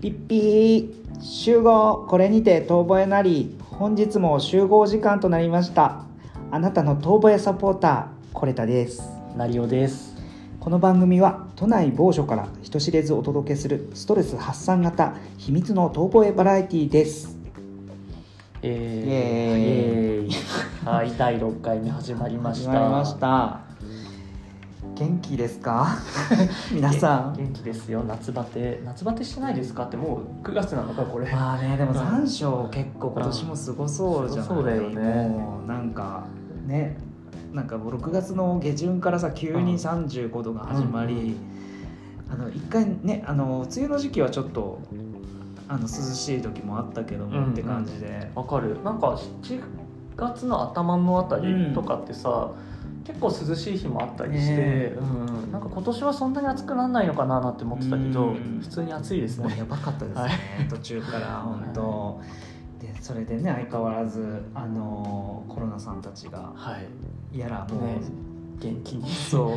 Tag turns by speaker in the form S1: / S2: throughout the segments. S1: ピッピー集合これにて遠吠えなり本日も集合時間となりましたあなたの遠吠えサポーターコレタです
S2: ナリオです。
S1: この番組は都内某所から人知れずお届けするストレス発散型秘密の遠吠えバラエティーです
S2: え
S1: イエーイ
S2: ー、イエーイはい、第六回目始まりました。
S1: 始まりました元気ですか 皆さん
S2: 元気ですよ。夏バテ、夏バテしてないですかってもう九月なのかこれ。
S1: まあねでも
S2: うん
S1: 残暑結構今年もすごそうじゃない、
S2: うんすごそうだよね
S1: もうなんかねなんかもう6月の下旬からさ急
S2: う
S1: に
S2: ん
S1: 35度が始まり、あの一回ねあの梅雨の時期はちょっとあの涼しい時もあったけども、
S2: うん
S1: って感じで、
S2: わかる。なんか七月の頭のあたりとかってさ、結構涼しい日もあったりして、
S1: ねえ
S2: うんうん、なんか今年はそんなに暑くならないのかななんて思ってたけど、
S1: うん
S2: 普通に暑いです
S1: もう
S2: ね。
S1: やばかったですね、
S2: はい
S1: 途中から本当、でそれでね相変わらずあのコロナさんたちが
S2: はい。
S1: やらもう、
S2: ね、元気に。
S1: そ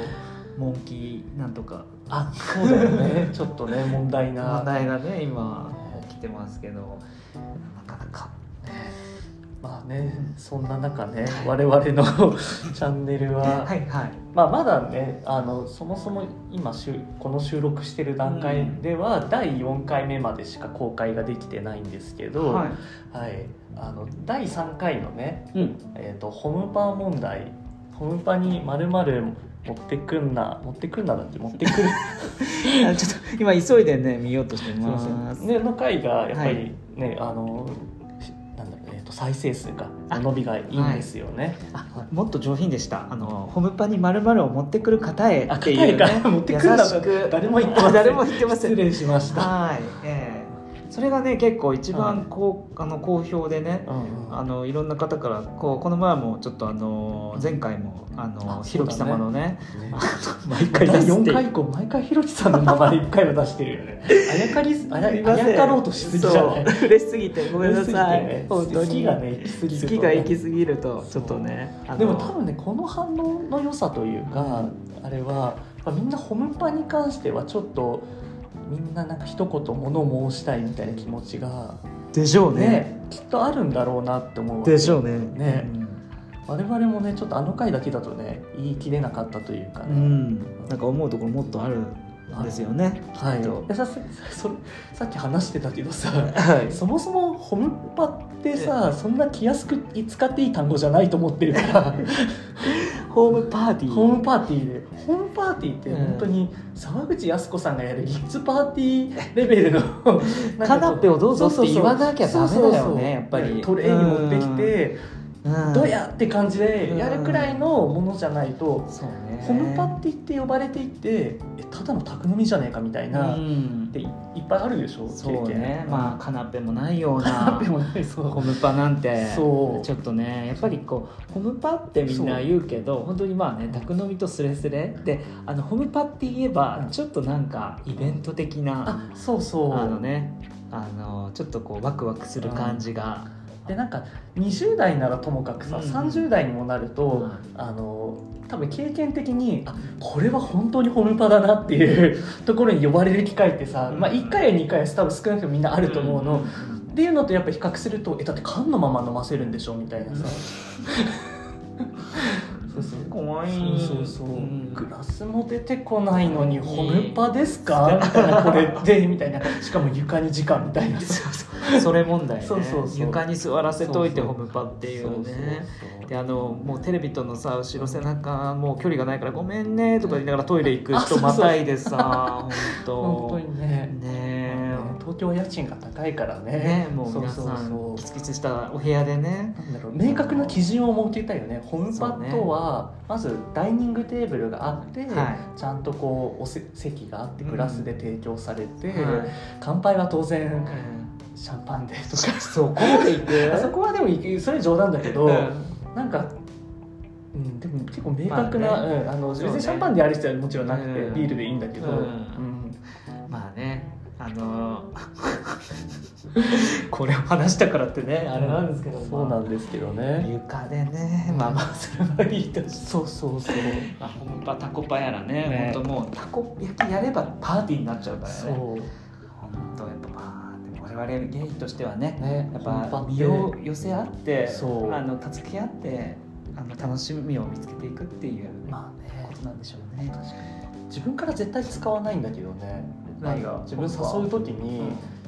S1: うモンキーなんとか
S2: あ、そうだよね。ちょっとね、問題な。
S1: 問題がね今起きてますけどなかなか
S2: まあね、そんな中ね、我々の チャンネルは、
S1: はいはい
S2: まあ、まだねあのそもそも今しゅこの収録してる段階では、第4回目までしか公開ができてないんですけど、はいあの第3回のね、
S1: い、うん、
S2: えー、とホームパー問題ホームパーにまるまる持ってくんな持ってくんなだって持ってくる
S1: あちょっと今急いでね見ようとして
S2: すいま
S1: ます
S2: せん、ね、の回がやっぱ
S1: は
S2: りね、あのしなんだろう、えー、と再生数が伸びがいいんですよね。
S1: あもっと上品でしたあのホームパンに〇〇を持ってくる方へっていう、ね、
S2: あ方へ か持ってくんだ
S1: 優しく
S2: 誰も言ってません
S1: 誰も言ってません
S2: 失礼しました。
S1: はいええそれがね結構一番こう、あの好評でね
S2: うんうん
S1: あのいろんな方からこうこの前もちょっとあの前回もあの
S2: あ
S1: ひろき様のね
S2: ね
S1: あ
S2: 毎回
S1: 出
S2: 第
S1: して
S2: 4回以降毎回ひろきさんの名前1回は出してるよね あやかりすあや
S1: すいません
S2: あやかろうとしすぎじゃない
S1: そう嬉しすぎてごめんなさ
S2: 嬉しすぎてね
S1: い本当に
S2: 好きがね行き過ぎる
S1: 好き
S2: と
S1: が行き過ぎるとちょっとねあの
S2: でも多分ねこの反応の良さというかあれはやっぱみんなホムパに関してはちょっとみんななんか一言物申したいみたいな気持ちが
S1: でしょうね
S2: ねきっとあるんだろうなって思うわけ
S1: でしょうね
S2: ね我々もねちょっとあの回だけだとね言い切れなかったというか
S1: う
S2: ね、
S1: んなんか思うところもっとあるんですよね
S2: はい
S1: きっと
S2: でささそさっき話してたけどさ
S1: はい
S2: そもそもホムパってさそんな気安く使っていい単語じゃないと思ってるから
S1: ホームパーティー
S2: ホームパーティーでホームパーティーって本当に沢口靖子さんがやるリッツパーティーレベルの
S1: カナッペをどうぞっ
S2: そ
S1: て
S2: そ
S1: 言わなきゃダメ
S2: そう
S1: だよ
S2: そうそう
S1: ねやっぱり
S2: トレイに持ってきて
S1: うん
S2: どうやって感じでやるくらいのものじゃないと
S1: そうね
S2: ホムパって言って呼ばれていってえただの宅飲みじゃねえかみたいな
S1: う
S2: っ
S1: ん
S2: ていいっぱいあるでしょ
S1: そ
S2: 経
S1: うね
S2: 験
S1: まあカナッペもないよう
S2: カナ
S1: な
S2: ッペもないそう
S1: ホムパなんて
S2: そう
S1: ちょっとねやっぱりこうホムパってみんな言うけど本当にまあね宅飲みとスレスレであのホムパって言えば
S2: うん
S1: ちょっとなんかイベント的な、
S2: あそうそう
S1: あのねあのちょっとこうワクワクする感じが、
S2: でなんか20代ならともかくさ、
S1: うん
S2: 30代にもなると、あの多分経験的にあこれは本当にホームパだなっていうところに呼ばれる機会ってさ、
S1: うん
S2: まあ、1回や2回は多分少なくともみんなあ
S1: あ
S2: ると思うの、っていうのとやっぱ比較するとえだって缶のまま飲ませるんでしょみたいなさ、そうそう
S1: 怖
S2: そうそうそう、
S1: ん
S2: グラスも出てこないのにホムパですかみたいなこれってみたいなしかも床に直みたいな
S1: そ
S2: さ
S1: うそうそれ問題ね
S2: そうそうそう
S1: 床に座らせといて
S2: そうそ
S1: ホ
S2: う
S1: ムパっていうね
S2: そうそうそう
S1: であのもうテレビとのさ後ろ背中もう距離がないから「ごめんね」とか言いながらトイレ行く
S2: あそう
S1: 人
S2: そう
S1: またいで さ
S2: 本当
S1: 本
S2: に
S1: 当
S2: ね
S1: ねえ
S2: 東京は家賃が高いからね
S1: ねもう皆
S2: そ
S1: さ
S2: うそ
S1: ん
S2: う
S1: キ
S2: そ
S1: ツキツしたお部屋でね
S2: うなんだろう明確な基準を設けたいよね本場
S1: そうね
S2: とは、まずダイニングテーブルがあって、
S1: は
S2: ちゃんとこうおせ席があってグラスで提供されて、
S1: はい
S2: 乾杯は当
S1: う
S2: 然
S1: ん
S2: シャンパンで
S1: そ
S2: と
S1: し
S2: か
S1: てそこまで行く
S2: あそこはでもいいそれ冗談だけど、
S1: うん
S2: なんか、うん、でも結構明確な、
S1: まあね
S2: うん、あの別
S1: そうね
S2: にシャンパンでやる必要はもちろんなくて、
S1: うん
S2: ビールでいいんだけど、
S1: うん
S2: うん
S1: まあねあの これを話したからってねあれなんですけど
S2: そうなんですけどね。
S1: 床でねまあまあそれはいいとして
S2: そうそうそう。
S1: まあ、ホムパタコパやらね
S2: ね
S1: 本当もうタコ焼きやればパーティーになっちゃうからね
S2: そう。
S1: 本当やっぱパ々ゲイとしてはね
S2: ね
S1: やっぱ
S2: 本
S1: 身
S2: 場
S1: を
S2: って
S1: 寄せ合って
S2: そう
S1: あの助け合ってあの楽しみを見つけていくっていう
S2: まあね
S1: ことなんでしょうね。
S2: 自分から絶対使わないんだけどね
S1: 何が
S2: 自分誘う時に、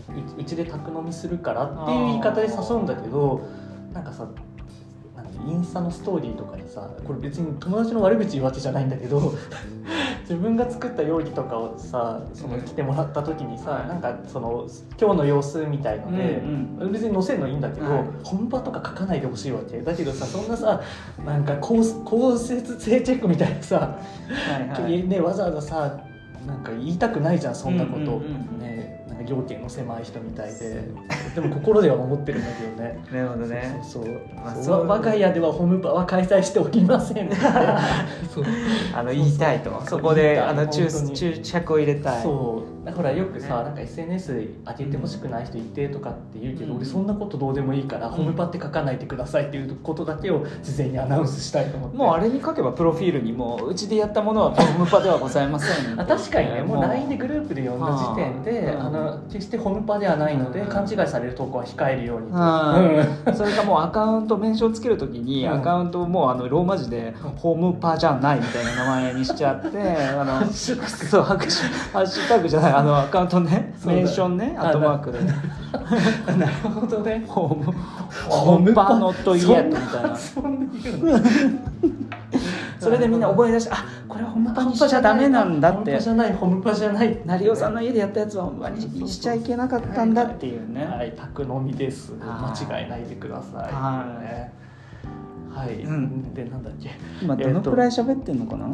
S2: ううちで宅飲みするからっていう
S1: あー
S2: 言い方で誘うんだけどなんかさなんかインスタのストーリーとかにさこれ別に友達の悪口言うわけじゃないんだけど 自分が作った料理とかをさその
S1: うん
S2: 来てもらった時にさ、
S1: はい
S2: なんかその今日の様子みたいので。
S1: うん
S2: 別に載せるのいいんだけど、
S1: はい
S2: 本場とか書かないでほしいわけだけどさそんなさなんか公公設性チェックみたいなさ、
S1: はいはい、
S2: ね、わざわざさなんか言いたくないじゃんそんなこと、
S1: うんうんうん
S2: ねなんか要件の狭い人みたいででも心では思ってるんだけどね
S1: なるほどね。
S2: そうそうそう,、
S1: まあそ
S2: そうう我が家ではホームパーは開催しておりませんって そう
S1: あの
S2: そうそう
S1: 言いたいとそこ
S2: 言い
S1: で
S2: たい
S1: あの注
S2: 本当に
S1: 注釈を入れたい。
S2: そうだからよくさ、
S1: ね
S2: なんか SNS 上げてほしくない人いてとかって言うけど、
S1: うん
S2: 俺そんなことどうでもいいから、
S1: ん
S2: ホームパって書かないでくださいっていうことだけを事前にアナウンスしたいと思って
S1: もうあれに書けばプロフィールにもううちでやったもの はホームパではございません
S2: あ確かにねもう LINE
S1: で
S2: でグループで呼んだ時点で、
S1: うん
S2: あの決してホームパではないので、
S1: うん
S2: 勘違いされる投稿は控えるようにと、うん
S1: はい、それかもうアカウント名称つけるときに、
S2: うん
S1: アカウントをもうあのローマ字で「ホームパじゃない」みたいな名前にしちゃってあのそうハッシュハッシュタグじゃないあのアカウントね
S2: そうだ
S1: メンションね
S2: あ
S1: アットマークで
S2: なるほどね
S1: 「ホームホームパのといえ」みたいな
S2: そんな言うの
S1: それでみんな覚え出して「あこれはホームパにしちゃダメなんだ」っ
S2: ホムパ
S1: て
S2: じゃないホムパじゃない
S1: 成尾さんの家でやったやつはホームパにしちゃいけなかったんだっていうね。
S2: はい宅飲みです間
S1: はい
S2: 違いないでください
S1: はい
S2: ねはい、
S1: うん
S2: でなんだっけ
S1: 今どのくらい喋ってんのかな、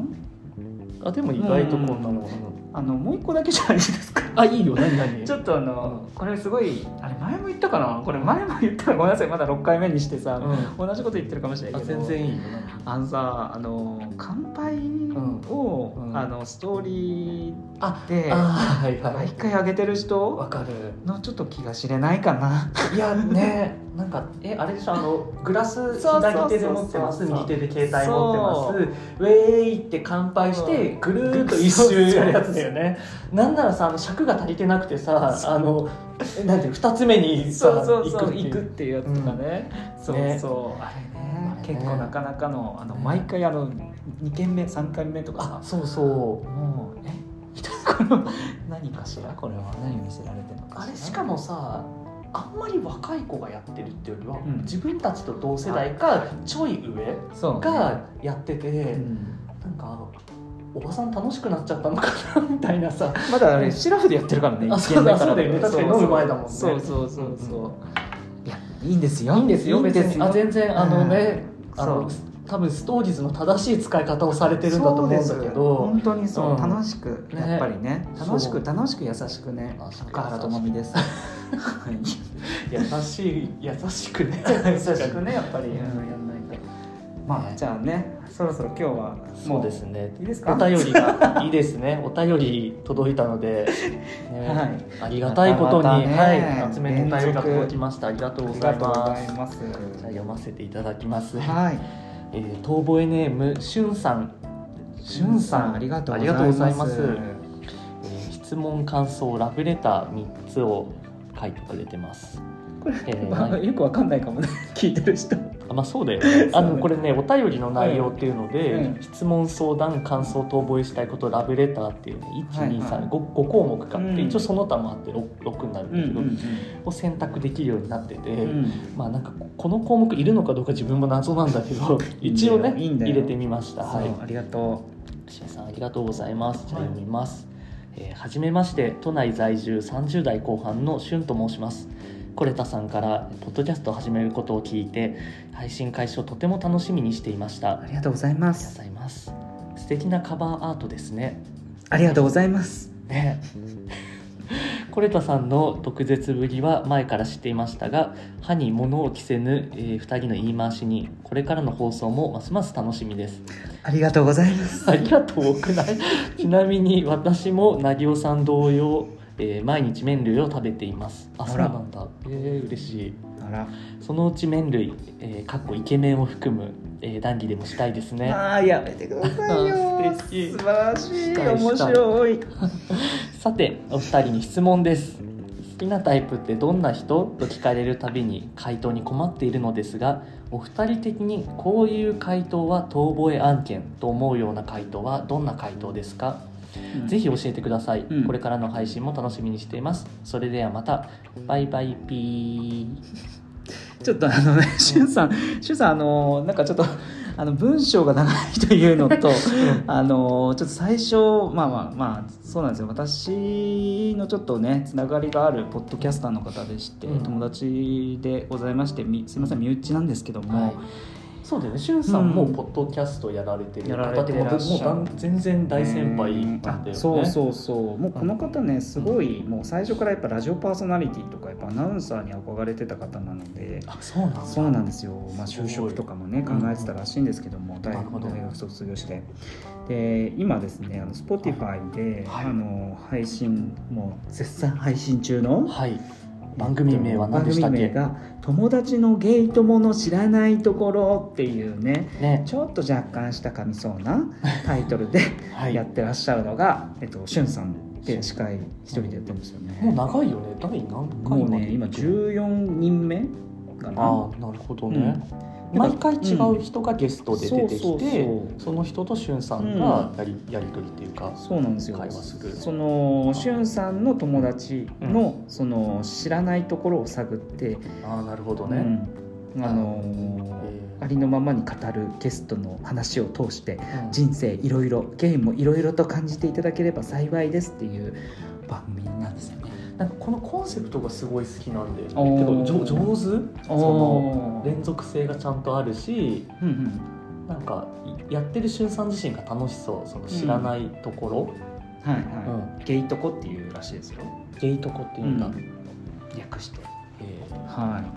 S2: あでも意外とこんなもん、
S1: あのもう一個だけじゃないですか
S2: あいいよ何何
S1: ちょっとあのこれすごいあれ前も言ったかなこれ前も言ったらごめんなさいまだ6回目にしてさ、
S2: う
S1: 同じこと言ってるかもしれな
S2: あ
S1: いけど
S2: 全然いいよ
S1: あのさあの乾杯を、
S2: うんうん
S1: あのストーリ
S2: あ
S1: ーで
S2: あーはいは
S1: 毎
S2: い
S1: 回上げてる人
S2: わかる
S1: のちょっと気が知れないかない
S2: やねなんかえあれでしょあのグラス
S1: そうそうそうそう
S2: 左手で持ってます右手で携帯持ってますウェーイって乾杯して
S1: うん
S2: ぐるーっと一周やるやつだよねなんならさあの尺が足りてなくてさあのえなんていう2つ目にさ
S1: そうそうそう
S2: ってい
S1: 行くっていうやつとかね、そうそう、
S2: ね
S1: あれ
S2: あれ
S1: ね
S2: ね
S1: 結構なかなかのあの
S2: ね
S1: 毎回あの2軒目3軒目とか
S2: あ
S1: さ
S2: そうそう
S1: もうえこの何かしらこれは何を見せられてるのか
S2: あ
S1: しら
S2: れしかもさあんまり若い子がやってるっていうよりは、
S1: うん
S2: 自分たちと同世代かちょい上
S1: そう
S2: がやってて、
S1: うん
S2: なんかおばさん楽しくなっちゃったのかなみたいなさ
S1: まだあれシラフでやってるからね
S2: あ
S1: 一軒目から
S2: そうだそうだよね確かに飲む前だもんね
S1: そうそうそうそう、
S2: うん
S1: いやいいんですよ
S2: いいんですよ別
S1: いいん
S2: にあ全然あのね、
S1: うん
S2: あの
S1: そ
S2: 多分ストーリーズの正しい使い方をされてるんだと思うんだ
S1: そう
S2: け
S1: です
S2: ど
S1: 本当にそう、
S2: うん
S1: 楽しく
S2: ね
S1: やっぱりね
S2: そう
S1: 楽しく楽しく優しくね
S2: 楽しく
S1: 高原智美ですはい
S2: 優しい優しくね
S1: 優しくねやっぱり、
S2: うん
S1: うんやんないとまあじゃあねそろそろ今日はも
S2: そうですね
S1: いいですか
S2: お便 りがいいですねお便り届いたので、 ね
S1: はい
S2: ありがたいこと
S1: ま
S2: に、
S1: たまたね
S2: はい厚めのお便りが届きましたありがと
S1: あ
S2: うご
S1: り
S2: ざ
S1: が
S2: い
S1: とうござ
S2: ます
S1: います
S2: じゃあ読ませていただきます、
S1: はい
S2: えー、遠吠えネームしゅんさんしゅんさん
S1: ありがとう
S2: ありがとう
S1: ご
S2: ござ
S1: ざ
S2: い
S1: い
S2: ま
S1: ますす。
S2: えー質問感想ラブレター3つを書いてくれてます
S1: これ、
S2: えー
S1: まあよくわかんないかもね 聞いてる人
S2: あまあそうだよねあ
S1: そう
S2: の
S1: ね
S2: これねお便りの内容っていうので、
S1: うん
S2: 質問相談感想遠吠えしたいことラブレターっていうね
S1: はいはい
S2: 1235項目かって、
S1: うん
S2: 一応その他もあって 6, 6になるんだけど、を選択できるようになってて、まあなんかこの項目いるのかどうか自分も謎なんだけど一応ね
S1: いいんだよ
S2: 入れてみましたはい
S1: ありがと
S2: しゅんさんありがとうございます。じゃあ
S1: はい
S2: 読みます。えーはじめまして、都内在住30代後半のしゅんと申します。コレタさんからポッドキャストを始めることを聞いて、配信開始をとても楽しみにしていました。あ
S1: う
S2: り
S1: あり
S2: がと
S1: がとうございま
S2: うご
S1: す
S2: ざいます。素敵なカバーアートですね。
S1: ありがとうございます
S2: ね。 コレタさんの毒舌ぶりは前から知っていましたが歯に物を着せぬ、え2人の言い回しにこれからの放送もますます楽しみです
S1: ありがとうございます
S2: ありがとう多くない ちなみに私もなぎおさん同様、えー毎日麺類を食べていますあそ
S1: あ
S2: う
S1: ら
S2: なんだえー、嬉しい
S1: あら
S2: そのうち麺類、えー、かっこイケメンを含む、えー、談義でもしたいですね
S1: あーやめてくださいよ
S2: 素敵
S1: 素晴らしい
S2: したいした
S1: 面
S2: い
S1: 白い
S2: さてお二人に質問です好きなタイプってどんな人と聞かれるたびに回答に困っているのですがお二人的にこういう回答は遠吠え案件と思うような回答はどんな回答ですか、
S1: うん
S2: ぜひ教えてください、
S1: うん
S2: これからの配信も楽しみにしていますそれではまたバイバイピ
S1: ちょっとあのね、しゅんさん、しゅんさん、あの、なんかちょっと、あの、文章が長いというのと、あの、ちょっと最初、まあまあまあ、そうなんですよ。私のちょっとね、つながりがあるポッドキャスターの方でして、
S2: うん
S1: 友達でございまして、みすみません、身内なんですけど
S2: ー、
S1: も、
S2: そうだよねしゅんさんも
S1: うん
S2: ポッドキャストやられてる
S1: やら
S2: 方
S1: れて
S2: でも
S1: らっしゃる
S2: もう全然大先輩なんだよ
S1: うん
S2: ね
S1: あそうそうそうもうこの方ねすごいもう最初からやっぱラジオパーソナリティとかやっぱアナウンサーに憧れてた方なので
S2: あそうなんだ
S1: そうなんですよ、まあ、
S2: すご
S1: 就
S2: い
S1: 職とかもね考えてたらしいんですけども、大
S2: なるほど
S1: 大学卒業してで今ですねあの Spotify で、
S2: はい
S1: あの配信もう絶賛配信中の、
S2: はい番組名は何でしたっけ
S1: 番組名が「友達のゲートもの知らないところ」っていうね
S2: ね
S1: ちょっと若干したかみそう なタイトルで
S2: はい
S1: やってらっしゃるのが、えっと、しゅんさんで司会一人でやってるんですよね。
S2: もう長いよね第何回
S1: もう
S2: ま
S1: ね
S2: で
S1: 今14人目かな。
S2: ああなるほどね、
S1: うん
S2: 毎回違う人がゲストで出
S1: うん
S2: てきて、
S1: そうそうそう
S2: その人としゅんさんがやり,、やり取りっていうか
S1: そうなんですよ
S2: 会話する
S1: そのしゅんさんの友達の,、その知らないところを探って、
S2: ああなるほど
S1: う
S2: ね、
S1: んあのーありのままに語るゲストの話を通して
S2: うん
S1: 人生いろいろゲームもいろいろと感じていただければ幸いですっていう番組なんですよね。
S2: なんかこのコンセプトがすごい好きなんで、
S1: おー
S2: けど上上手その
S1: おー
S2: 連続性がちゃんとあるし
S1: うんうん
S2: なんかやってるしゅんさん自身が楽しそうその知らないところ、
S1: はいは
S2: う
S1: い、ゲイトコっていうらしいですよ
S2: ゲイとこっていうんだ、
S1: うん略して。
S2: えー
S1: はい
S2: なるほ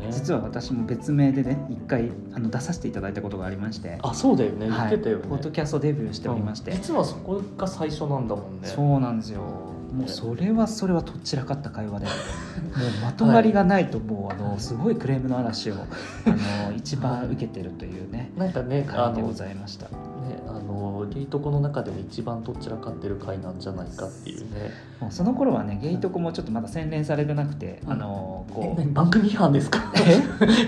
S2: どね
S1: 実は私も別名でね一回あの出させていただいたことがありまして
S2: あそうだよね言ってたよね、
S1: ポッドキャストデビューしておりまして、
S2: うん実はそこが最初なんだもんね
S1: そうなんですよもうそれはそれはとっちらかった会話 でもうまとまりがないともうあのすごいクレームの嵐 をあの一番受けてるというね
S2: なんかねあ
S1: 会で
S2: の
S1: ございました
S2: ねあのゲイトコの中でも一番とっちらかってる回なんじゃないかっていうね
S1: もうその頃はねゲイトコもちょっとまだ洗練されてなくて、
S2: うん
S1: あの
S2: え
S1: こう
S2: 何番組違反です か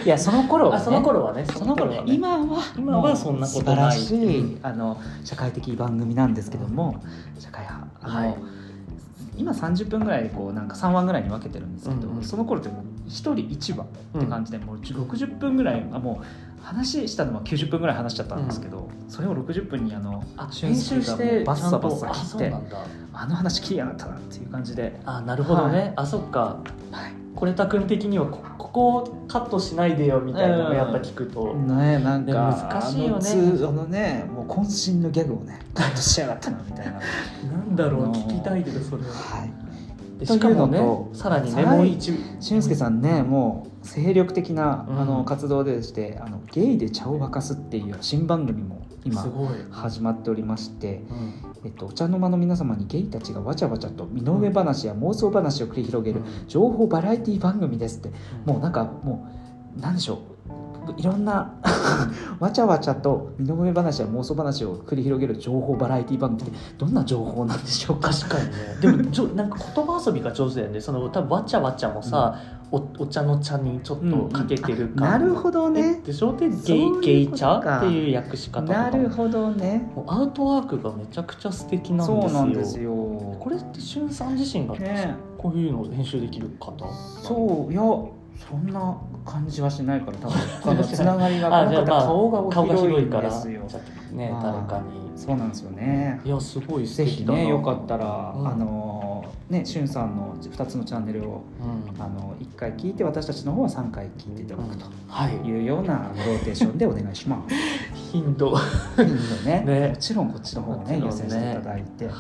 S1: いやその頃は、
S2: あ
S1: ね、
S2: その頃はね
S1: その頃
S2: は
S1: ね
S2: ね
S1: 今は
S2: 今はそんなこと
S1: もう
S2: ない
S1: 素晴らしいあの社会的番組なんですけども社会派あの、
S2: はい
S1: 今30分ぐらいでこうなんか3話ぐらいに分けてるんですけど、
S2: うんうん
S1: その頃ってもう1人1話って感じで、もう60分ぐらいあもう話したのは90分ぐらい話しちゃったんですけど、それを60分にあの
S2: あ
S1: 俊
S2: 編集
S1: 介
S2: し
S1: が
S2: て
S1: もうバッサバ
S2: ち
S1: ッ
S2: ゃんとあ
S1: サ
S2: そ
S1: 切って
S2: うなんだ
S1: あの話切りやがったなっていう感じで、
S2: あなるほどね、
S1: はい
S2: あそっか
S1: はい、
S2: これたくん的にはこここをカットしないでよみたいなの
S1: うん
S2: がやっぱ聞くと、
S1: ねなんか
S2: でも難しいよね
S1: あのつあのねもう渾身のギャグをねカットしやがったなみたいな
S2: なんだろう
S1: あの
S2: 聞きたいけどそれ は
S1: はい
S2: で
S1: という
S2: しかもね
S1: のと
S2: さらに
S1: さ
S2: ね
S1: らに
S2: もう一
S1: 俊介さんねもう精力的な、
S2: うん
S1: あの活動でしてあのゲイで茶を沸かすっていう新番組も
S2: す
S1: 今
S2: ごい、
S1: 始まっておりまして、
S2: うん
S1: えっと、お茶の間の皆様にゲイたちがわちゃわちゃと身の上話や妄想話を繰り広げる
S2: うん
S1: 情報バラエティ番組ですってもうなんかもうなんでしょういろん なわちゃわちゃと身の上話や妄想話を繰り広げる情報バラエティ番組ってどんな情報なんでしょうか
S2: 確かにねでもちょなんか言葉遊びが上手だよねその多分わちゃわちゃもさ、おお茶の茶にちょっとかけてる感、
S1: なるほどね
S2: ででしょ
S1: そ
S2: で
S1: う
S2: ゲ
S1: いうこ
S2: イ
S1: と
S2: ゲイ茶
S1: か
S2: っていう訳し方とか
S1: なるほどね
S2: もうアウトワークがめちゃくちゃ素敵なんです
S1: そ
S2: よ
S1: うなんですよ
S2: これってしゅんさん自身が
S1: ね
S2: こういうのを編集できる方
S1: そういやそんな感じはしないから多分他のつながりが
S2: あじゃあ
S1: この
S2: まあ
S1: 方顔
S2: 顔
S1: が
S2: が
S1: 広
S2: 広
S1: い
S2: い
S1: ん
S2: から
S1: ですよ
S2: ちょっとね
S1: まあ
S2: 誰かに
S1: そうなんですよね
S2: いやすごい素
S1: ぜひ
S2: 敵だな
S1: ねよかったら、
S2: うん
S1: あのねしゅんさんの2つのチャンネルを
S2: うん
S1: あの1回聞いて私たちの方は3回聞いていただくと
S2: はい
S1: いうようなローテーションでお願いし ます。
S2: 頻度は
S1: 頻度ね
S2: ね
S1: もちろんこっちの方をね
S2: も
S1: 優
S2: ちろんね
S1: 先していただいて、
S2: い
S1: はい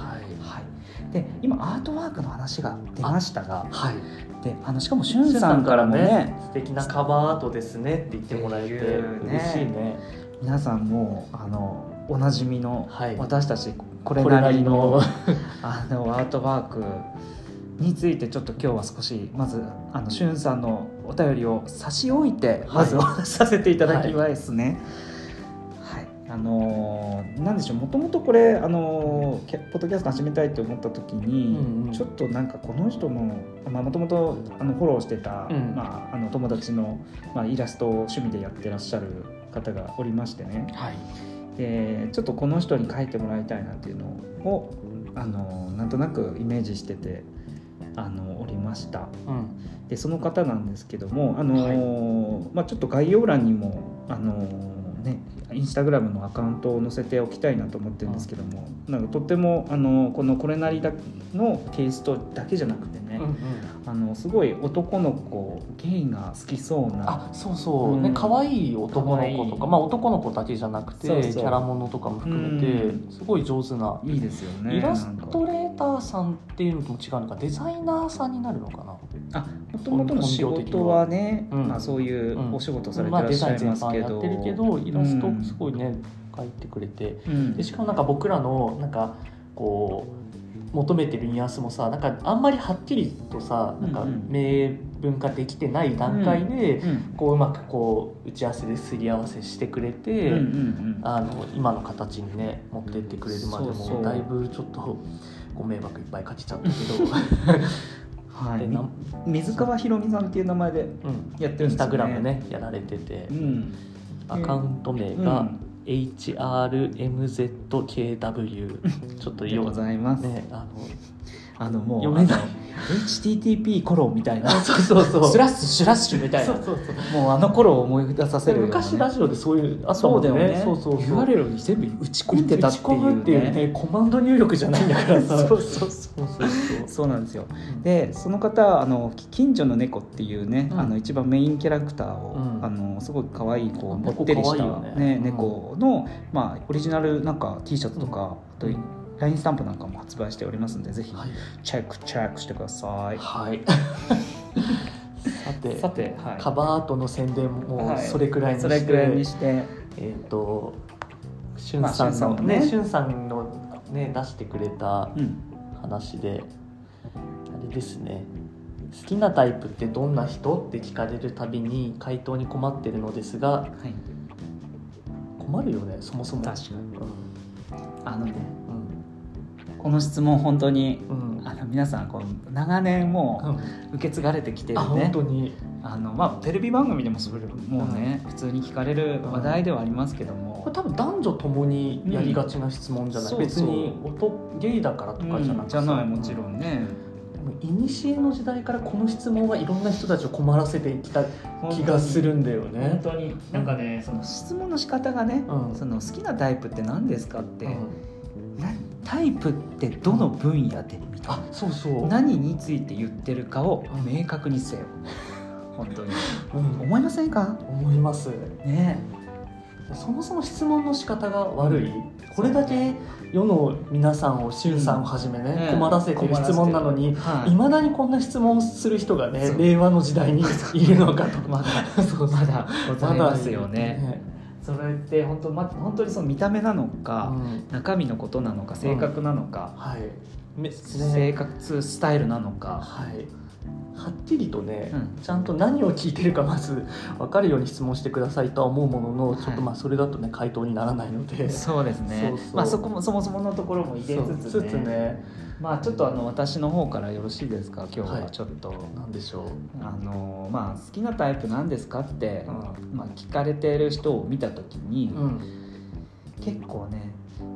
S1: で今アートワークの話が出ましたが
S2: はい
S1: であのしかもしゅんさんからもね
S2: 素敵なカバーアートですねって言ってもらえて嬉しいね
S1: 皆さんもあのおなじみの、
S2: はい
S1: 私たちこれ
S2: これ
S1: な
S2: な
S1: り
S2: り
S1: の
S2: の
S1: あのアートワークについてちょっと今日は少しまずあのしゅんさんのお便りを差し置いて
S2: はい
S1: まずお話しさせていただきますね。はい、あのーなんでしょうもともとこれ、あのーキャポッドキャスト始めたいと思った時に、
S2: うんうん
S1: ちょっとなんかこの人のもともとフォローしてた、
S2: うん
S1: まあ、あの友達の、まあ、イラストを趣味でやってらっしゃる方がおりましてね
S2: はい
S1: でちょっとこの人に書いてもらいたいなっていうのを、あのーなんとなくイメージしてて、あのおりました。
S2: うん
S1: でその方なんですけども、あのーまあ、ちょっと概要欄にも、あのーね、インスタグラムのアカウントを載せておきたいなと思ってるんですけども、なんかとっても、あのーこの「これなりだ」のテイストだけじゃなくてね、
S2: うんうん
S1: あのすごい男の子ゲイが好きそうな
S2: あそうそう、ね
S1: うん
S2: 可愛い男の
S1: 可
S2: 子とか
S1: 愛い
S2: まあ男の子だけじゃなくて
S1: そうそう
S2: キャラものとかも含めて、
S1: う
S2: すごい上手ない
S1: いですよね
S2: イラスト
S1: も
S2: レーターさんっていうのとも違うのかデザイナーさんになるのかな
S1: ともとの仕事はね、
S2: うん
S1: まあ、そういう
S2: うん
S1: お仕事されて
S2: まあ
S1: らっ
S2: デ
S1: し
S2: ザ
S1: ゃ
S2: イン
S1: い
S2: 全
S1: ます
S2: 般
S1: け
S2: や
S1: ど,、
S2: ってるけどイラストすごいね、描いてくれて
S1: うん
S2: でしかもなんか僕らのなんかこう求めてるニュアンスもさなんかあんまりはっきりとさなんか
S1: うんうん
S2: 明文化できてない段階で、
S1: うん
S2: こううまくこう打ち合わせですり合わせしてくれて、
S1: うんうんうん
S2: あの今の形にね持ってってくれるまで
S1: そうそ
S2: も
S1: う
S2: だいぶちょっとご迷惑いっぱいかけちゃったけど
S1: は
S2: で
S1: い、
S2: な
S1: み水川ひろみさんっていう名前で
S2: うん
S1: やって
S2: イ
S1: るんですよね
S2: ンスタグラムねやられてて
S1: うん
S2: アカウント名
S1: う
S2: が
S1: ん
S2: HRMZKW ちょっと
S1: で
S2: よ
S1: ございます。
S2: ねあ
S1: あのもう
S2: 読めな
S1: あ
S2: い
S1: の HTTP コロンみたいな
S2: の そうそうそう
S1: スラッシュシュラッシュみたい
S2: そう
S1: な
S2: そうそう
S1: もうあの頃を思い出させるようなね
S2: 昔ラジオでそういうあった
S1: そ
S2: もん
S1: うだよね
S2: そうそうそう
S1: URL に全部打ち込んでたって
S2: 打ち込むって
S1: い
S2: いうう
S1: ね
S2: ねコマンド入力じゃないんだからさ
S1: そうそうそう
S2: そうそうそう
S1: そうなんですよでその方あのき近所の猫っていうね、
S2: うん
S1: あの一番メインキャラクターを、
S2: うん
S1: あのすごい可愛いこ
S2: あ
S1: うぽ
S2: 猫
S1: ってりした、
S2: 可愛いよ
S1: ね
S2: ねうん
S1: 猫の、まあ、オリジナルなんか T シャツとか、
S2: うん
S1: あとラインスタンプなんかも発売しておりますんでぜひ
S2: はい
S1: チェックチェックしてください。
S2: はい。さて、
S1: さて、はい、
S2: カバーアートの宣伝も
S1: はい
S2: それくらいにして、
S1: それくらいにして、
S2: えっ、と、しゅ
S1: ま
S2: ん
S1: あ
S2: さんのね、
S1: 俊
S2: しゅんさんのね出してくれた
S1: うん、
S2: 話で、あれですね。好きなタイプってどんな人って聞かれるたびに回答に困ってるのですが
S1: はい、
S2: 困るよねそもそも
S1: 確かにあのね
S2: うん
S1: この質問本当に
S2: うんうん
S1: あの皆さんこう長年
S2: う
S1: も
S2: ん
S1: う受け継がれてきて
S2: あ
S1: る
S2: 本
S1: ね
S2: 当に
S1: あのまあテレビ番組でもそれもうね、普通に聞かれる話題ではありますけど
S2: これ
S1: も、
S2: 多分男女ともにやりがちな質問じゃない、
S1: うん
S2: 別に男ゲイだからとかじゃ
S1: うん
S2: なくて
S1: じ
S2: さ
S1: ゃないもちろんね
S2: いにしえの時代からこの質問はいろんな人たちを困らせていきた気がするんだよ
S1: 本
S2: ね。
S1: 当になんかねその質問の仕方がね、
S2: うん
S1: その好きなタイプって何ですかって、
S2: うん
S1: なタイプってどの分野でみたい
S2: あ
S1: な
S2: そうそう、
S1: 何について言ってるかを明確に せよ本当に
S2: うん、
S1: 思いませんか
S2: 思います
S1: ね
S2: そもそも質問の仕方が悪いこれだけ世の皆さんをしゅんさんをはじめね、
S1: うん
S2: 困らせてる質問なのに
S1: はい
S2: ま、未だにこんな質問をする人がね
S1: そう
S2: 令和の時代にいるのかと
S1: まだ
S2: そう
S1: まだございますよね
S2: まだいる
S1: それって本当ま本当にその見た目なの
S2: う
S1: か、
S2: ん
S1: 中身のことなのか性格なのか、
S2: はいめね
S1: 生活スタイルなのか、
S2: はい、はっきりとね、
S1: うん
S2: ちゃんと何を聞いてるかまず分かるように質問してくださいとは思うものの、
S1: はい
S2: ちょっとまあそれだとね回答にならないので
S1: そうですね
S2: そうそう
S1: まあそこもそもそものところも入れつつ
S2: そう
S1: ね
S2: つつね
S1: まあちょっとあの私の方からよろしいですか今日ははいちょっと、
S2: なんでしょう、
S1: あのまあ好きなタイプなんですかって、
S2: う
S1: まあ聞かれてる人を見た時に、
S2: ん
S1: 結構ね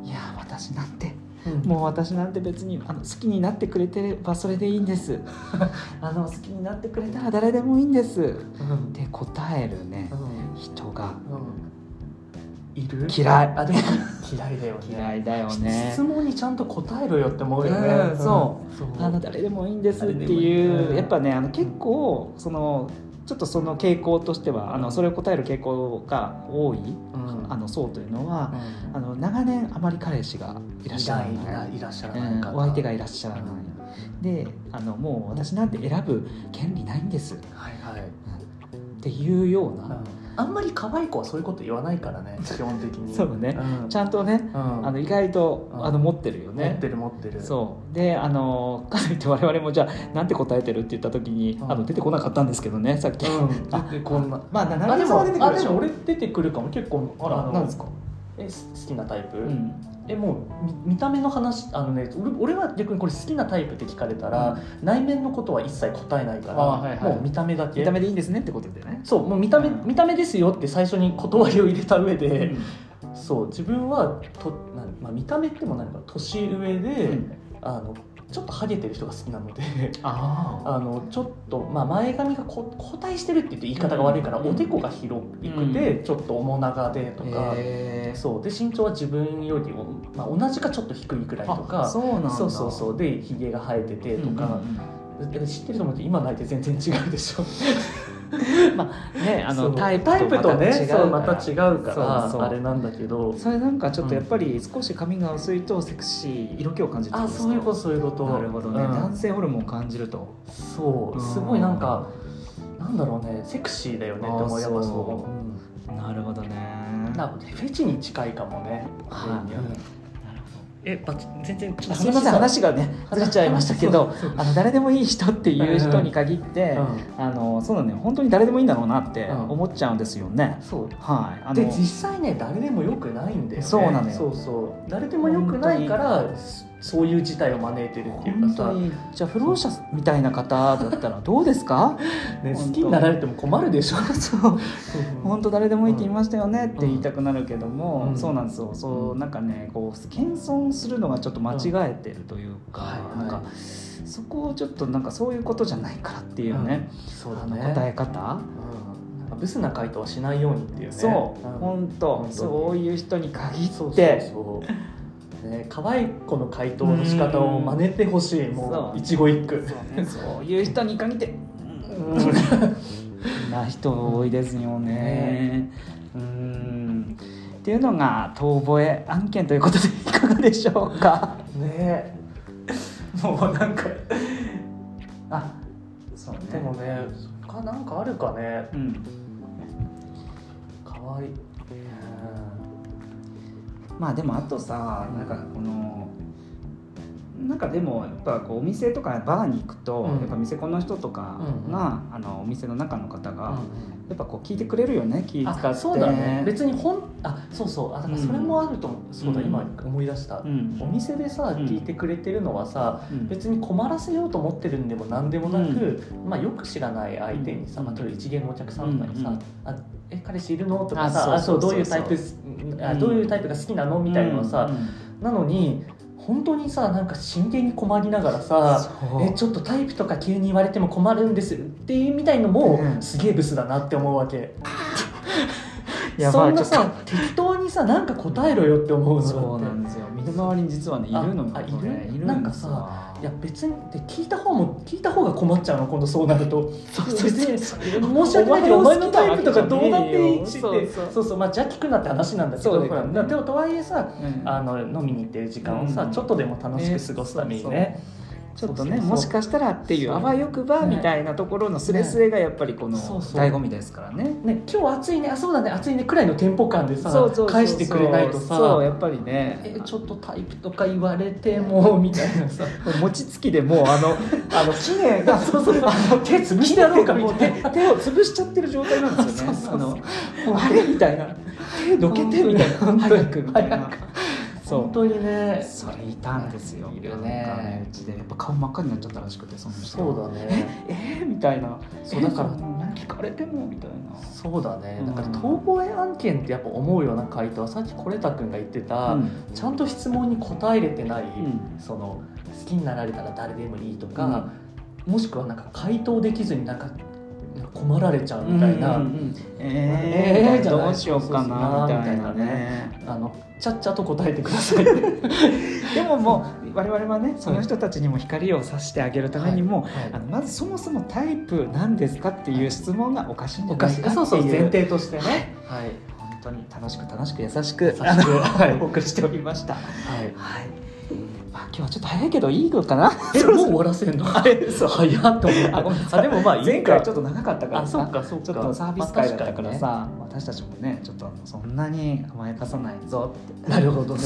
S1: いや私なんて
S2: うん
S1: もう私なんて別にあの好きになってくれてればそれでいいんです あの好きになってくれたら誰でもいいんです
S2: うんうん
S1: って答えるね人が
S2: いる
S1: 嫌い
S2: あでも嫌いだよね
S1: 嫌いだよね
S2: 質問にちゃんと答えろよって思うよね、
S1: うんそう
S2: そう
S1: あの誰でもいいんですって
S2: 誰でもいい
S1: いう
S2: うん
S1: やっぱねあの結構そのちょっとその傾向としてはあのそれを答える傾向が多い
S2: うん
S1: あの層というのは
S2: うん
S1: あの長年あまり彼氏がいらっしゃら
S2: い
S1: な
S2: ないいいらっしゃら
S1: う
S2: ない
S1: ん
S2: から、
S1: お相手がいらっしゃらないであのもう私なんて選ぶ権利ないんですっ
S2: はいはい
S1: ていうような
S2: あんまり可愛い子はそういうこと言わないか らね基本的に
S1: そうね
S2: ん
S1: ちゃんとね
S2: うん
S1: あの意外と
S2: うん
S1: あの持ってるよ
S2: 持っ
S1: ね
S2: てる持ってる
S1: そうであの かといって我々もじゃあなんて答えてるって言った時に
S2: うん
S1: あの出てこなかったんですけどねさっき
S2: うん、でこんな
S1: まあ、な
S2: あ
S1: な
S2: で
S1: るさんは
S2: も
S1: 出てく
S2: あ
S1: るで
S2: で
S1: し
S2: も
S1: ょ。
S2: 俺出てくるかも結構あ
S1: あ
S2: の
S1: なんですか。
S2: えす好きなタイプ、
S1: うん
S2: えもうみ見た目の話あのね俺俺は逆にこれ好きなタイプって聞かれたら、内面のことは一切答えないから、
S1: あーはいはい
S2: もう見た目だけ
S1: 見た目でいいんですねってことでね。
S2: そうもう見た目、
S1: うん
S2: 見た目ですよって最初に断りを入れた上で、
S1: うん
S2: そう自分はとなん、まあ、見た目ってもなんか年上で、あのちょっとハゲてる人が好きなので
S1: ああ
S2: あのちょっと、まあ、前髪がこ後退してるって言って言い方が悪いから、
S1: うん
S2: おでこが広くて、
S1: う
S2: ちょっと面長でとか、
S1: へー
S2: そうで身長は自分よりも、まあ、同じかちょっと低いくらいとか。
S1: あそうなんだ
S2: そうそうそうでひげが生えててとか、だから知ってると思うけど今の相手全然違うでしょ
S1: まあねあ
S2: そ
S1: の
S2: う
S1: タイプ
S2: タイプとね
S1: 違う
S2: そうまた違うから
S1: そうそう
S2: あれなんだけど
S1: それなんかちょっとやっぱり少し髪が薄いとセクシー色気を感じるって
S2: あ
S1: ことです
S2: そう
S1: か
S2: いうことそういうこと
S1: なるほどね、
S2: うん
S1: 男性ホルモンを感じると
S2: そう
S1: うん
S2: すごいなんかなんだろうねセクシーだよねって思う
S1: あ
S2: や
S1: そう
S2: っぱそううん
S1: なるほどね
S2: なんかフェチに近いかもね
S1: はい
S2: うんえば全然ちょっと
S1: すみません話がねずれちゃいましたけど
S2: そうそう
S1: あの誰でもいい人っていう人に限って、
S2: うん
S1: あのそうだね本当に誰でもいいんだろうなって
S2: うん
S1: 思っちゃうんですよね、
S2: そう
S1: はいあの
S2: で実際ね誰でもよくないんだよね
S1: そうなのよ
S2: そうそう誰でもよくないからそそういう事態を招いてるっていうか
S1: 本
S2: さ
S1: 当、にじゃあ不老者みたいな方だったらどうですか
S2: ね、
S1: 本当
S2: 好きになられても困るでしょ
S1: そう本当誰でもいいって言いましたよねって言いたくなるけども、
S2: うん
S1: そうなんですよそうなんかねこう謙遜するのがちょっと間違えてるというか、
S2: はい
S1: なんか、
S2: は
S1: そこをちょっとなんかそういうことじゃないからっていうね、
S2: そう
S1: あ
S2: だ
S1: の
S2: ね
S1: 答え方、
S2: うんなんかブスな回答はしないようにっていうね
S1: そう、
S2: ん
S1: 本
S2: 本当
S1: 当
S2: に
S1: そういう人に限って
S2: そうそうそうね可愛い子の回答の仕方を真似てほしいも
S1: そうう
S2: 一期一句
S1: そうねそういう人に限ってな人多いですよね。うんっていうのが遠吠え案件ということでいかがでしょうか。
S2: ねもうなんか
S1: あ、そうね。
S2: でもね他なんかあるかね
S1: うん、
S2: 可愛い
S1: まあでもあとさなんかこのなんかでもやっぱこうお店とかバーに行くと、
S2: うん
S1: やっぱ店この人とかが、あのお店の中の方が、
S2: うん
S1: やっぱこう聞いてくれるよね気使って
S2: あそうだね別に本あそうそうあだからそれもあると思う、そうだ
S1: うん
S2: 今思い出した、
S1: うん
S2: お店でさ
S1: うん
S2: 聞いてくれてるのはさ、
S1: うん
S2: 別に困らせようと思ってるんでも何でもなく、まあ、よく知らない相手にさ、
S1: うん
S2: まあ、例えば一元のお客さんとかにさ「
S1: うん
S2: あえ彼氏いるの?」とかさ「
S1: あ
S2: あそ
S1: そうう
S2: ど
S1: そうう
S2: いう
S1: そ
S2: タ
S1: う
S2: イプすあ
S1: うん
S2: どういうタイプが好きなの?」みたいなのさ、なのに本当にさなんか真剣に困りながらさ
S1: そう
S2: えちょっとタイプとか急に言われても困るんですっていうみたいのも、
S1: うん
S2: すげえブスだなって思うわけ
S1: やば
S2: そ
S1: い
S2: んな
S1: ちょ
S2: さ適当にさなんか答えろよって思うのだって
S1: そうなんですよ身の回りに実はねい
S2: あ
S1: るのよ
S2: あいる
S1: これいる
S2: なんか
S1: ですよ
S2: いや別にって聞いた方も聞いた方が困っちゃうの今度そうなると
S1: そうそうそう
S2: 別に申し訳ないけどお
S1: お
S2: 前
S1: 前
S2: の
S1: の
S2: タイプとかどうだっていいし
S1: 好
S2: って
S1: きなわけじゃねえよそ
S2: そ
S1: うう
S2: そ
S1: そうう
S2: まあじゃあ聞くなって話なんだけ
S1: そ
S2: ど
S1: うだ
S2: ほ
S1: よ
S2: ら
S1: ね
S2: なでもとはいえさ
S1: うん
S2: あの飲みに行ってる時間をさ、
S1: うん
S2: ちょっとでも楽しく過ごすためにね、
S1: ちょっとね
S2: そうそうそう
S1: もしかしたらってい
S2: そう
S1: うあわよくばみ
S2: ね
S1: たいなところのすれすれがやっぱりこの
S2: そうそう
S1: 醍醐味ですからね
S2: ね今日暑いねあそうだね暑いねくらいのテンポ感でさ
S1: そうそうそう
S2: 返してくれないと
S1: そうや
S2: さ
S1: っぱりね
S2: えちょっとタイプとか言われてもみたい なさ
S1: 餅つきでもうあ のあの木根が
S2: そうそうあの手潰してやろうかみ
S1: もう
S2: た
S1: 手
S2: いな
S1: 手を潰しちゃってる状態なんですよね
S2: そうそうそう
S1: あのあれみたいな手どけてみたいな早くみたいな
S2: 早く
S1: そう
S2: 本当にね
S1: それいたんですよ。
S2: いるね
S1: なんかうちでやっぱ顔真っ赤になっちゃったらしくてその人。
S2: そうだね
S1: えーみたいな。
S2: そうだから
S1: えー何聞かれてもみたいな。
S2: そうだね
S1: うん
S2: だから逃亡へ案件ってやっぱ思うような回答はさっきコレタ君が言ってた、
S1: うん
S2: ちゃんと質問に答えれてない、
S1: ん
S2: その好きになられたら誰でもいいとか、もしくはなんか回答できずになんか困られちゃうみたいな、
S1: うんうんうんえ
S2: えー
S1: ー、
S2: じゃない
S1: どうしようかなみたいな
S2: みたいな
S1: ね。
S2: あのちゃっちゃと答えてくだ さい
S1: でももう我々はねその人たちにも光を差してあげるためにも、
S2: はいはい
S1: あのまずそもそもタイプなんですかっていう質問がおかしいんじ
S2: お
S1: ゃ
S2: か
S1: な
S2: し
S1: い
S2: い
S1: かっていう。
S2: そうそう前提としてねはい
S1: 本当に楽しく楽しく優しく
S2: 優しく
S1: あの
S2: は い
S1: お送りしておりました。
S2: はい
S1: はい。まあ、今日はちょっと早いけどいいのか な。
S2: えもう終わらせんの
S1: えそう
S2: 早っと思った
S1: あごめんなさい
S2: あでもまあ いいか
S1: 前回ちょっと長かったから
S2: あ
S1: さ
S2: そっかそっか
S1: ちょっとサービス会だったからさ、私たちもねちょっとあのそんなに甘やかさないぞって
S2: なるほどね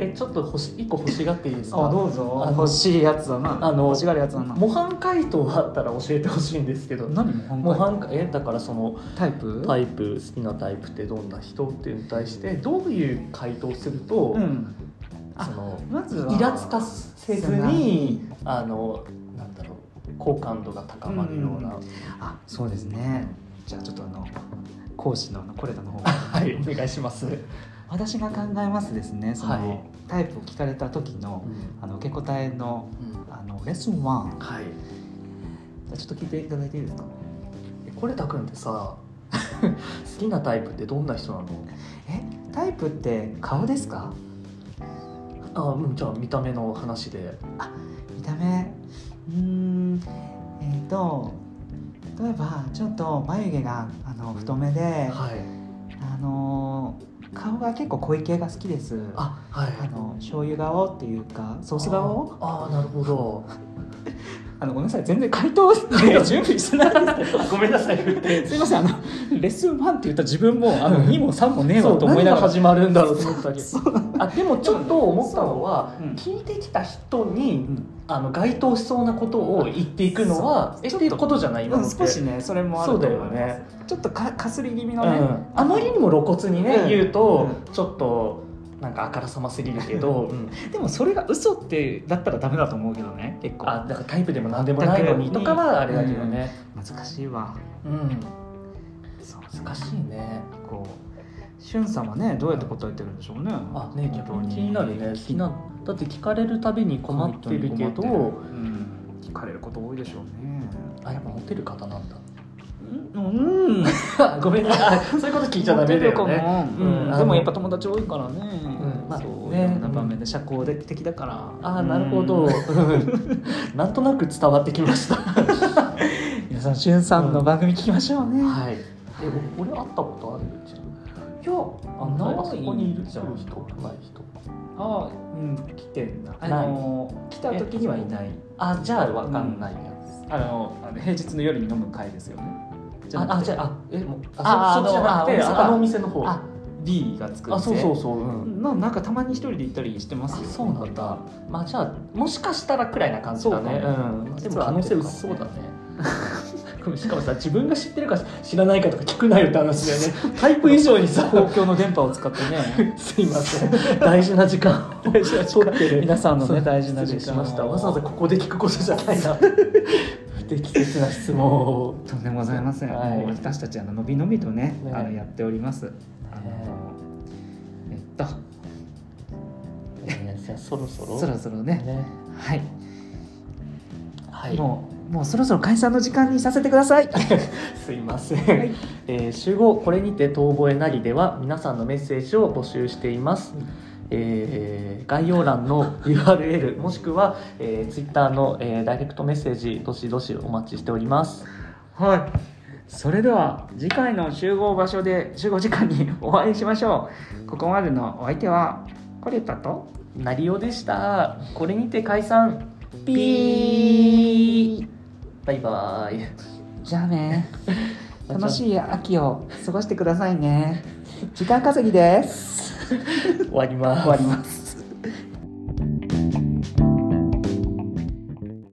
S2: えちょっと星一個欲しがっていいです か
S1: あどうぞ
S2: あの
S1: 欲しいやつだな
S2: あの
S1: 欲しがるやつだな
S2: 模範解答あったら教えてほしいんですけど
S1: 何模範
S2: 模
S1: 解答
S2: 範えだからその
S1: タイプ
S2: タイプ好きなタイプってどんな人っていうのに対してどういう回答すると、
S1: うんあ
S2: その
S1: まずは
S2: イラつかせずにあのなんだろう好感度が高まるような、
S1: うあそうですねじゃあちょっとあの講師のあのコレタの方
S2: はいお願いします。
S1: 私が考えますですねその、
S2: はい
S1: タイプを聞かれた時のあの受け答えのあのレッスン1
S2: はい。
S1: ちょっと聞いていただいていいですか
S2: えコレタ君ってさ 好きなタイプってどんな人なの？
S1: えタイプって顔ですか
S2: あうんじゃあ見た目の話で。
S1: 見た目うーんえっ、と例えばちょっと眉毛があの太めで、
S2: はい。
S1: あの顔が結構濃い系が好きです
S2: あはい。
S1: あの醤油顔っていうかソース顔
S2: あーあーなるほど。
S1: あのごめんなさい全然回答準備してない んですけど
S2: ごめんなさい振って。
S1: すいませんあのレッスン1って言った自分もあの2も3もねえ
S2: そ
S1: わ
S2: う
S1: と思いなが
S2: 何が
S1: ら
S2: 始まるんだろうと思ったり
S1: そうなんだ
S2: あでもちょっと思ったのは、
S1: そううん
S2: 聞いてきた人に、
S1: うん
S2: あの該当しそうなことを言っていくのは
S1: そう
S2: え
S1: ちょっと
S2: っていうことじゃない今
S1: う
S2: の
S1: ん
S2: って
S1: 少しねそれもあると思います
S2: そうだよね
S1: ちょっとかかすり気味
S2: う
S1: のね、
S2: ん、あまりにも露骨にね、
S1: うん
S2: 言うと、ちょっとなんかあからさますぎるけど、うん
S1: でもそれが嘘ってだったらダメだと思うけどね結構
S2: あだからタイプでも何でもないのに
S1: 全く
S2: とかはあれだけどね、
S1: 難しいわ
S2: うん
S1: そう
S2: 難しいね
S1: こうしゅんさんはねどうやって答えてるんでしょうね
S2: あね逆に気になるね好きなだって聞かれるたびに困
S1: 本
S2: って
S1: 当に
S2: る
S1: 困
S2: け
S1: ってる
S2: ど
S1: うん聞かれること多いでしょうね
S2: あやっぱモテる方なんだ
S1: うん
S2: ごめんなさいあ そういうこと聞いちゃダメだよねうん
S1: うん、でもやっぱ友達多いからね、
S2: んまあ
S1: そう
S2: ね
S1: いろんな場面で社交的だから
S2: ああなるほど
S1: うん
S2: なんとなく伝わってきま した
S1: 皆さんしゅんさんの番組聞きましょうね、
S2: はいえお俺会ったことあるうちいやあん
S1: ない
S2: あそこにいる人
S1: ない
S2: い人ない人
S1: あうん来てんだ
S2: あ
S1: あ
S2: の
S1: の来た時にはいない
S2: あじゃあわかんないやつ、
S1: あのあの平日の夜に飲む会ですよね
S2: ああじゃ
S1: あ
S2: ああえもう
S1: あ
S2: そそっちじゃなくて
S1: ああの
S2: ああのお店の方
S1: あ B がつくんで
S2: あそうそうそううん
S1: のなんかたまに一人で行ったりしてま
S2: あ
S1: すよ
S2: そうなんだまあじゃあもしかしたらくらいな感じだね
S1: そうかも
S2: ん、でも
S1: 実は
S2: 可能性薄そうだね しかもさ自分が知ってるか知らないかとか聞くなよって話だよねタイプ以上にさ
S1: 公共の電波を使って ね
S2: すいません大事な時間を大事な時間ってる
S1: 皆さんの
S2: そう
S1: ね大事な時
S2: 失
S1: 間
S2: 礼しま
S1: を
S2: したわざわざここで聞くことじゃないな不適切な質問を
S1: とんでもございません、
S2: はい
S1: もう私たちあの伸び伸びとね
S2: ね
S1: あのやっておりますあのえっと
S2: ねじゃあそろそろ
S1: そろそろね
S2: ね
S1: はい、
S2: はい
S1: もうもうそろそろ解散の時間にさせてください
S2: すいません、
S1: い
S2: えー集合これにて遠吠えなりでは皆さんのメッセージを募集しています、えー概要欄の URL もしくは、えー、Twitter の、えーダイレクトメッセージどしどしお待ちしております
S1: はいそれでは次回の集合場所で集合時間にお会いしましょうここまでのお相手はコレタと
S2: なりおでしたこれにて解散ピーバイバイ
S1: じゃあね楽しい秋を過ごしてくださいね時間稼ぎです
S2: 終わります
S1: 終わります